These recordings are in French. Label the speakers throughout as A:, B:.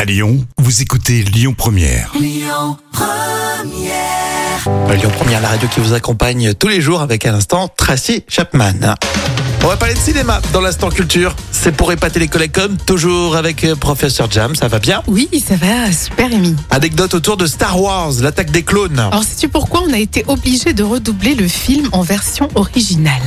A: À Lyon, vous écoutez Lyon Première.
B: Lyon Première, la radio qui vous accompagne tous les jours avec à l'instant Tracy Chapman. On va parler de cinéma dans l'instant culture. C'est pour épater les collègues comme toujours avec euh, Professeur Jam, ça va bien
C: Oui, ça va, super Rémi.
B: Anecdote autour de Star Wars, l'attaque des clones.
C: Alors sais-tu pourquoi on a été obligé de redoubler le film en version originale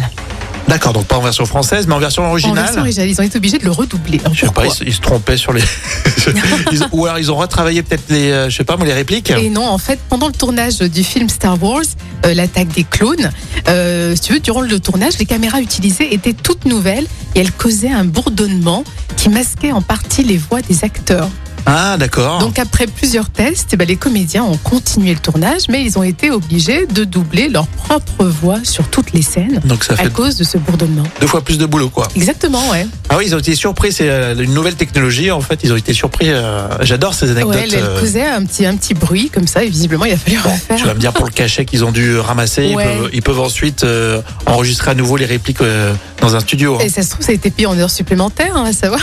B: D'accord, donc pas en version française, mais en version
C: En
B: originale.
C: version originale, ils ont été obligés de le redoubler. Alors,
B: je sais pas, ils,
C: pourquoi
B: se- ils se trompaient sur les. Ils- ou alors ils ont retravaillé peut-être les, euh, je sais pas, moi, les répliques.
C: Et non, en fait, pendant le tournage du film Star Wars, euh, l'attaque des clones, euh, si tu veux, durant le tournage, les caméras utilisées étaient toutes nouvelles et elles causaient un bourdonnement qui masquait en partie les voix des acteurs.
B: Ah, d'accord.
C: Donc après plusieurs tests, eh ben, les comédiens ont continué le tournage, mais ils ont été obligés de doubler leur propre voix sur toutes les scènes
B: Donc ça
C: à
B: fait
C: cause de ce bourdonnement.
B: deux fois plus de boulot, quoi.
C: Exactement, ouais.
B: Ah oui, ils ont été surpris. C'est euh, une nouvelle technologie. En fait, ils ont été surpris. euh, J'adore ces anecdotes.
C: Ouais, elle, elle
B: euh,
C: causait un petit, un petit bruit comme ça, et visiblement, il a fallu
B: Tu vas
C: refaire.
B: me dire pour le cachet qu'ils ont dû ramasser, ils,
C: Ouais.
B: peuvent, ils peuvent ensuite euh, enregistrer à nouveau les répliques euh, dans un studio, hein,
C: Et ça se trouve, ça a été payé en heures supplémentaires, hein, à savoir.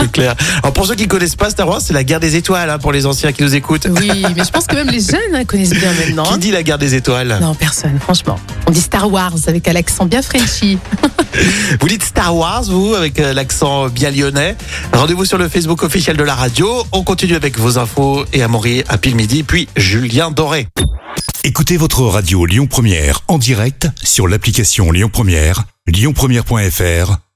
B: c'est clair. Alors pour ceux qui connaissent pas Star Wars, c'est la guerre des étoiles hein, pour les anciens qui nous écoutent.
C: Oui, mais je pense que même les jeunes hein, connaissent bien maintenant.
B: Qui
C: hein.
B: dit la guerre des étoiles
C: Non, personne, franchement. On dit Star Wars avec un accent bien Frenchy.
B: Vous dites Star Wars, vous, avec euh, l'accent bien lyonnais. Rendez-vous sur le Facebook officiel de la radio. On continue avec vos infos et Amaury à pile midi, puis Julien Doré.
A: Écoutez votre radio Lyon Première en direct sur l'application Lyon Première, lyonpremière.fr